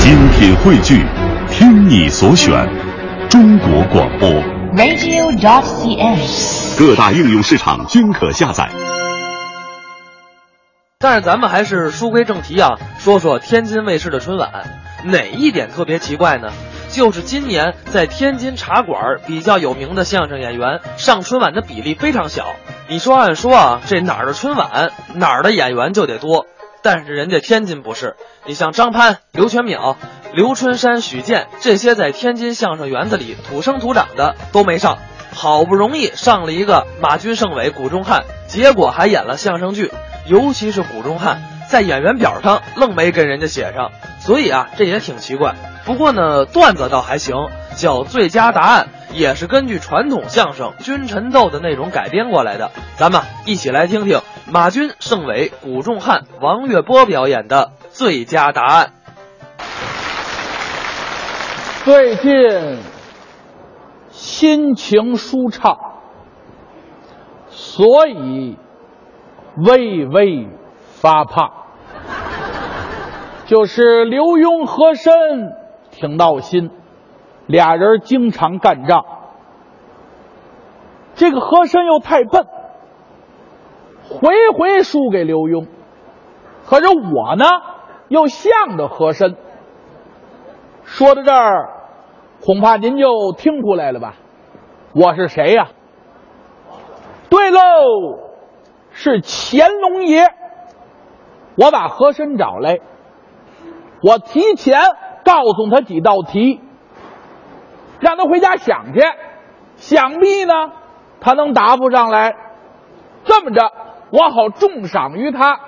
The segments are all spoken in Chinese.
精品汇聚，听你所选，中国广播。 radio.cn。各大应用市场均可下载。但是咱们还是书归正题啊，说说天津卫视的春晚，哪一点特别奇怪呢？就是今年在天津茶馆儿比较有名的相声演员上春晚的比例非常小。你说按说啊，这哪儿的春晚哪儿的演员就得多，但是人家天津不是。你像张潘、刘全淼、刘春山、许健这些在天津相声园子里土生土长的都没上，好不容易上了一个马军、盛伟、谷中汉，结果还演了相声剧，尤其是谷中汉在演员表上愣没跟人家写上，所以啊，这也挺奇怪。不过呢，段子倒还行，叫《最佳答案》，啊也是根据传统相声《君臣斗》的内容改编过来的。咱们一起来听听马军、盛伟、谷仲汉、王月波表演的《最佳答案》。最近心情舒畅，所以微微发胖。就是刘墉、和珅挺闹心，俩人经常干仗。这个和珅又太笨，回回输给刘墉。可是我呢，又向着和珅。说到这儿，恐怕您就听出来了吧？我是谁呀、对喽，是乾隆爷。我把和珅找来，我提前告诉他几道题，让他回家想去，想必呢，他能答不上来。这么着，我好重赏于他，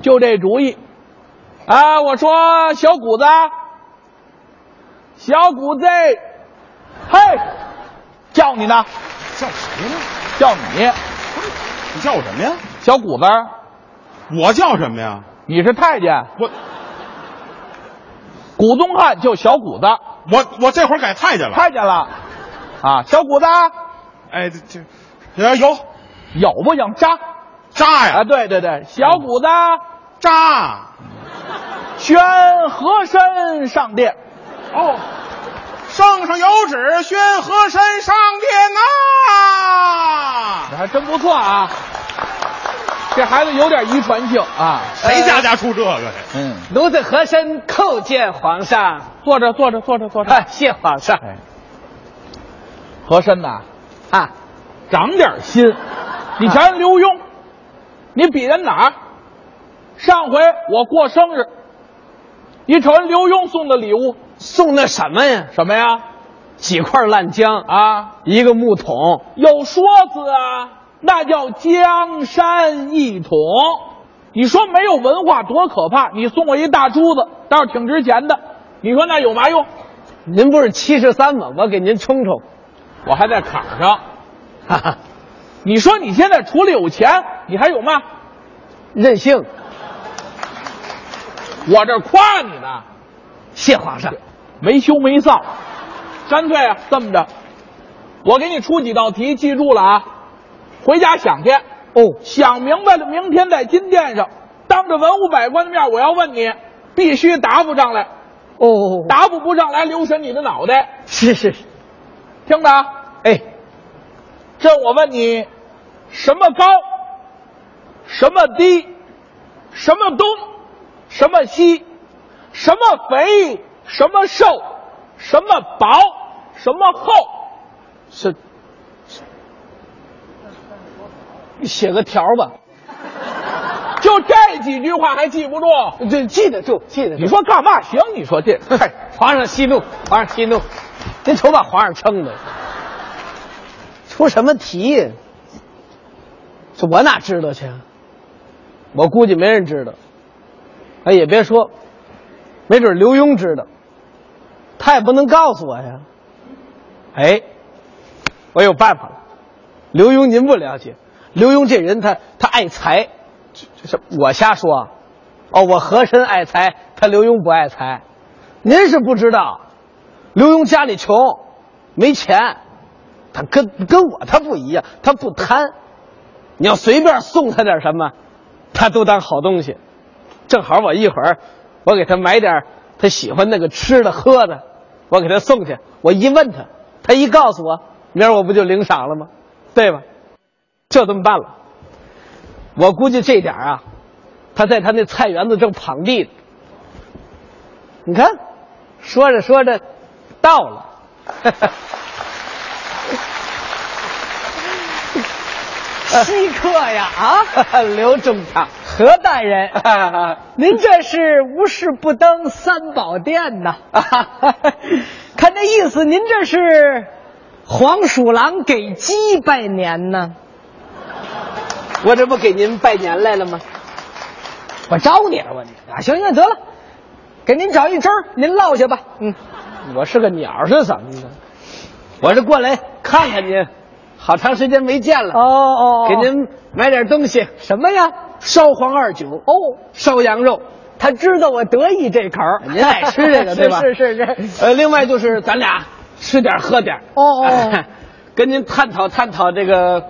就这主意。啊，我说小谷子，啊小谷子，嘿，叫你呢，叫谁呢？叫你，你叫我什么呀？小谷子，我叫什么呀？你是太监，我古东汉就小谷子，我我这会儿改太监了。太监了，啊，小谷子哎，这这有有有不有扎？扎哎啊，呀对对对，小谷子扎宣和珅上殿，哦。圣上有旨，宣和珅上殿呐、这还真不错啊。这孩子有点遗传性啊。谁家家出这个呀？嗯，奴子和珅叩见皇上。坐着坐着坐着坐着。啊，谢皇上哎，和珅呐，啊！长点心。你瞧人刘墉，你比人哪儿？上回我过生日，你瞅人刘墉送的礼物送那什么呀？什么呀？几块烂姜，啊，一个木桶，有说辞啊，那叫江山一统。你说没有文化多可怕？你送我一大珠子，倒是挺值钱的。你说那有嘛用？您不是七十三吗？我给您冲冲。我还在坎儿上。哈哈，你说你现在除了有钱，你还有嘛？任性。我这夸你呢，谢皇上。没羞没臊。干脆啊，这么着，我给你出几道题，记住了啊，回家想去。哦，想明白了，明天在金殿上，当着文武百官的面，我要问你，必须答不上来。哦，答不不上来，留神你的脑袋，是是是。听着啊。哎，这我问你，什么高，什么低，什么东，什么西，什么肥，什么瘦，什么薄，什么厚，是。写个条吧， 就这几句话还记不住？这记得住，记得住。你说干嘛行？你说这，嗨，皇上息怒，皇上息怒，您瞅把皇上撑的，出什么题呀？这我哪知道去啊？我估计没人知道。哎，也别说，没准刘墉知道，他也不能告诉我呀。哎，我有办法了。刘墉您不了解，刘墉这人他他爱财，这这是我瞎说啊。哦，我和珅爱财，他刘墉不爱财。您是不知道，刘墉家里穷，没钱，他跟跟我他不一样，他不贪。你要随便送他点什么，他都当好东西。正好我一会儿我给他买点他喜欢那个吃的喝的，我给他送去。我一问他，他一告诉我，明儿我不就领赏了吗？对吧？就这么办了。我估计这点儿啊，他在他那菜园子正淌地呢。你看，说着说着，到了。 稀客呀啊！ 刘中堂，何 大人， 您这是无事不登三宝殿呐！ 看这意思，您这是黄鼠狼给鸡拜年呢？ 我这不给您拜年来了吗？我招你了，我你啊！行行得了，给您找一针儿，您落下吧。嗯，我是个鸟是怎么的？我是过来看看您，好长时间没见了。哦哦哦给您买点东西，什么呀？烧黄二酒，哦，烧羊肉，他知道我得意这口儿，您爱吃 这个对吧？是是是。呃，另外就是咱俩吃点儿喝点儿，哦哦 跟您探讨探讨这个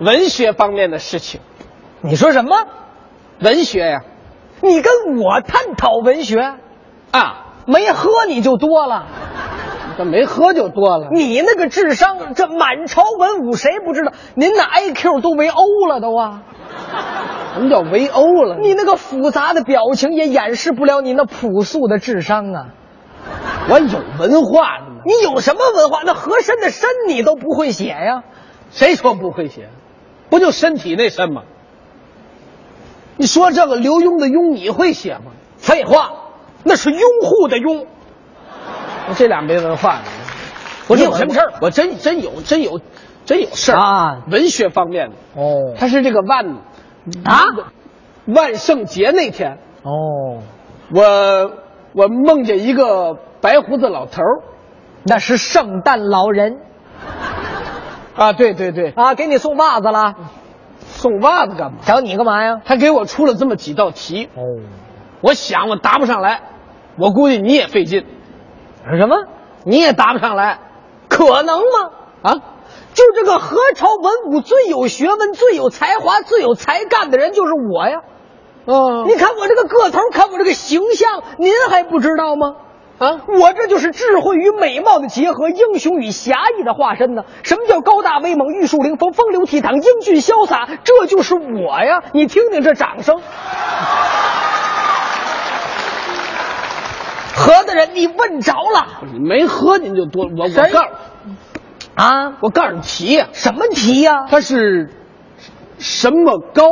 文学方面的事情。你说什么？文学呀、你跟我探讨文学，啊，没喝你就多了。这没喝就多了。你那个智商，这满朝文武谁不知道？您那 IQ 都为欧了都啊！什么叫围殴了？你那个复杂的表情也掩饰不了你那朴素的智商啊！我有文化呢，你有什么文化？那和珅的“身你都不会写呀、谁说不会写？不就身体那身吗？你说这个刘墉的墉你会写吗？废话，那是拥护的拥。我这俩没文化呢。我你有什么事儿我真真有真有真有事儿啊文学方面的，哦他是这个万啊，万圣节那天，哦，我我梦见一个白胡子老头儿那是圣诞老人啊，对对对，啊，给你送袜子了，送袜子干嘛？找你干嘛呀？他给我出了这么几道题，哦，我想我答不上来，我估计你也费劲，啊什么？你也答不上来可能吗？啊。就这个何朝文武最有学问、最有才华、最有才干的人就是我呀！哦你看我这个个头，看我这个形象，您还不知道吗？啊，我这就是智慧与美貌的结合，英雄与侠义的化身呢。什么叫高大威猛、玉树临风、风流倜傥、英俊潇洒？这就是我呀！你听听这掌声。何大人，你问着了你没喝您就多，我我谁告诉啊？我告诉你题呀、什么题呀、它是什么高，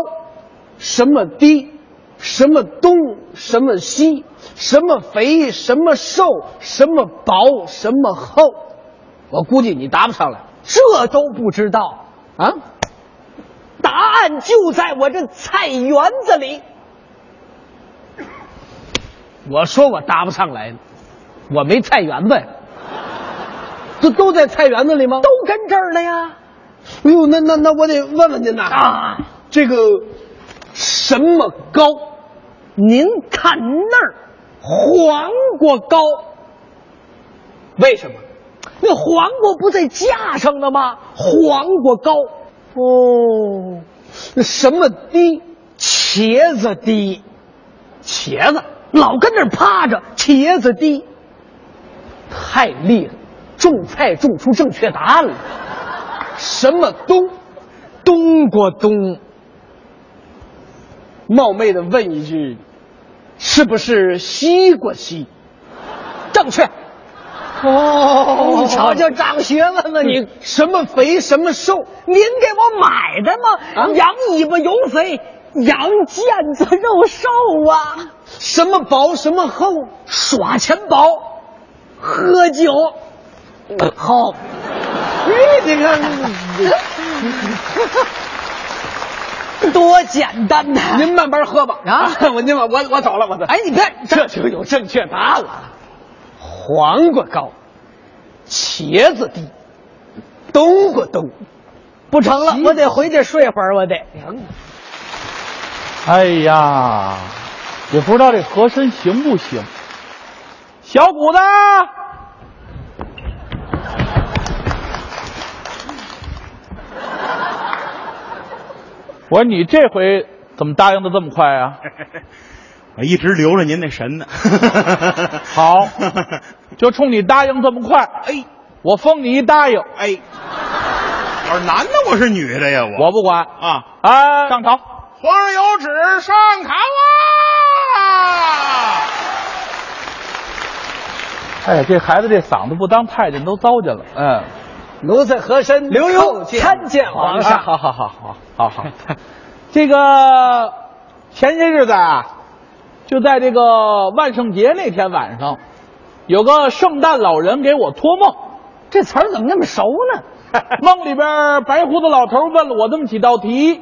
什么低，什么东，什么西，什么肥，什么瘦，什么薄，什么厚，我估计你答不上来这都不知道。啊。答案就在我这菜园子里。我说我答不上来呢，我没菜园子呀，这都在菜园子里吗？都跟这儿了呀！哎呦，那那那我得问问您呐，啊，这个什么高？您看那儿，黄瓜高，为什么？那黄瓜不在架上呢吗？黄瓜高，哦，那什么低？茄子低，茄子老跟那儿趴着，茄子低。太厉害，种菜种出正确答案了。什么冬？冬瓜冬，冒昧的问一句，是不是西瓜西？正确。哦嗯你瞧瞧长学问吧你！你什么肥什么瘦？您给我买的吗？啊羊尾巴油肥，羊腱子肉瘦啊！什么薄什么厚？耍钱薄，喝酒，好，呃哎，你看， 多简单呐、您慢慢喝吧。啊 我您吧，我我走了，我走。哎，你别，这就有正确答案了。黄瓜高，茄子低，冬瓜冬。不成了，我得回去睡会儿，我得。哎呀，也不知道这和珅行不行。小谷子，我说你这回怎么答应的这么快啊？我一直留着您那神 呢。 好，就冲你答应这么快，哎，我封你一答应， 哎，我是男的，我是女的呀？我我不管啊，啊，上朝。皇上有旨，上朝啊！哎，这孩子这嗓子不当太监都糟践了。嗯，奴才和珅刘墉叩见参见皇啊上。好好好好 好好。这个前些日子啊，就在这个万圣节那天晚上，有个圣诞老人给我托梦，这词儿怎么那么熟呢？梦里边白胡子老头问了我这么几道题，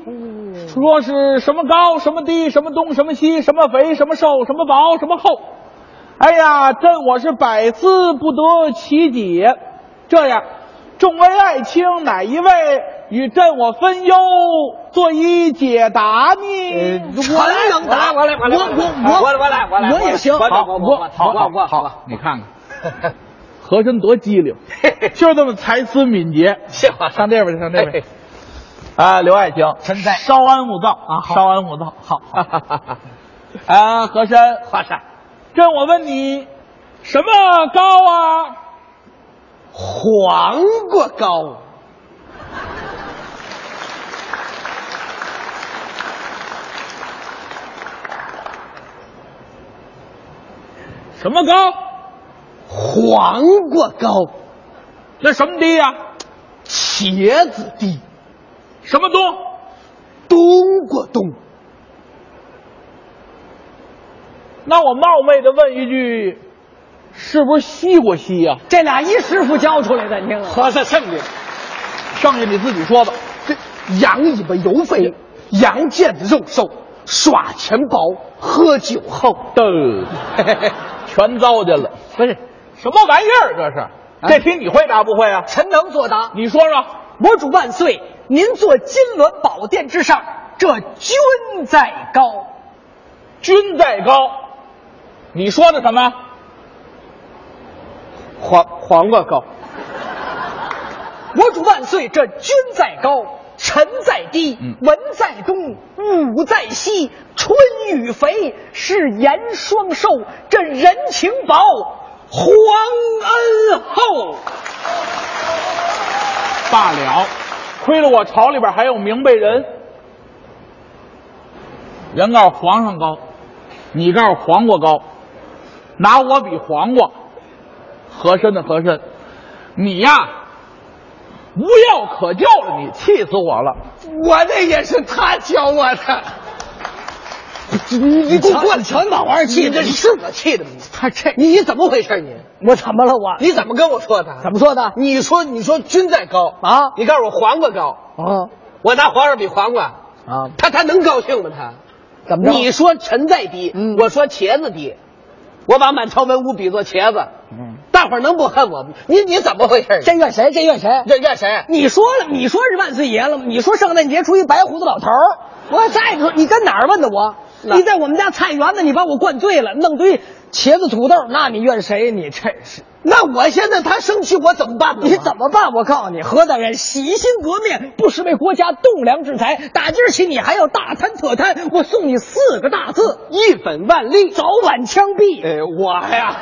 说是什么高什么低什么东什么西什么肥什么瘦什么薄什么厚，哎呀，朕我是百思不得其解。这样，众位爱卿哪一位与朕我分忧做一解答呢？全能答，我来，我来，我我我我来，我来，我也行。好，我好好好你看看，和珅多机灵，就是这么才思敏捷。上这边去，上这边去。啊，刘爱卿，臣在稍安勿躁啊，稍安勿躁。 好，啊，和珅，华山，朕我问你，什么高啊？黄瓜啊糕，什么高？黄瓜糕，那什么低呀、啊茄子地，什么东？冬瓜冬，那我冒昧的问一句，是不是西瓜西呀、这俩一师傅教出来的，你看和尚圣的，剩下你自己说吧。这羊尾巴油肥，嗯羊腱子肉瘦，耍钱薄，喝酒厚。都， 全糟践了。啊不是，什么玩意儿这是？这题你会答不会啊？臣能作答。你说说，我主万岁！您坐金銮宝殿之上，这君在高。君在高，你说的什么？黄黄瓜糕，我主万岁！这君在高，臣在低，嗯文在东，武在西。春雨肥，是言双瘦。这人情薄，皇恩厚。罢了，亏了我朝里边还有明白人。人告诉皇上高，你告诉黄瓜高，拿我比黄瓜，和珅的和珅，你呀，无药可救了你，气死我了。我那也是他教我的。你你给我过来全把玩意儿气的，你是我气的吗？他这你怎么回事？你我怎么了我？你怎么跟我说的？怎么说的？你说你说君在高啊你告诉我黄瓜高，啊我拿皇上比黄瓜，啊！他他能高兴吗？他怎么着？你说臣在低，嗯我说茄子低，我把满朝文武比作茄子，嗯大伙儿能不恨我吗？你你怎么回事？这怨谁？这怨谁？这怨哎谁？你说了，你说是万岁爷了吗？你说圣诞节出一白胡子老头儿，我再说你跟哪儿问的我？那你在我们家菜园子，你把我灌醉了，弄堆茄子土豆，那你怨谁？你真是，那我现在他生气，我怎么办呢？你怎么办？我告诉你，何大人洗心革面，不时为国家栋梁制裁。打今儿起，你还要大贪特贪，我送你四个大字：一本万利？早晚枪毙。哎，我呀，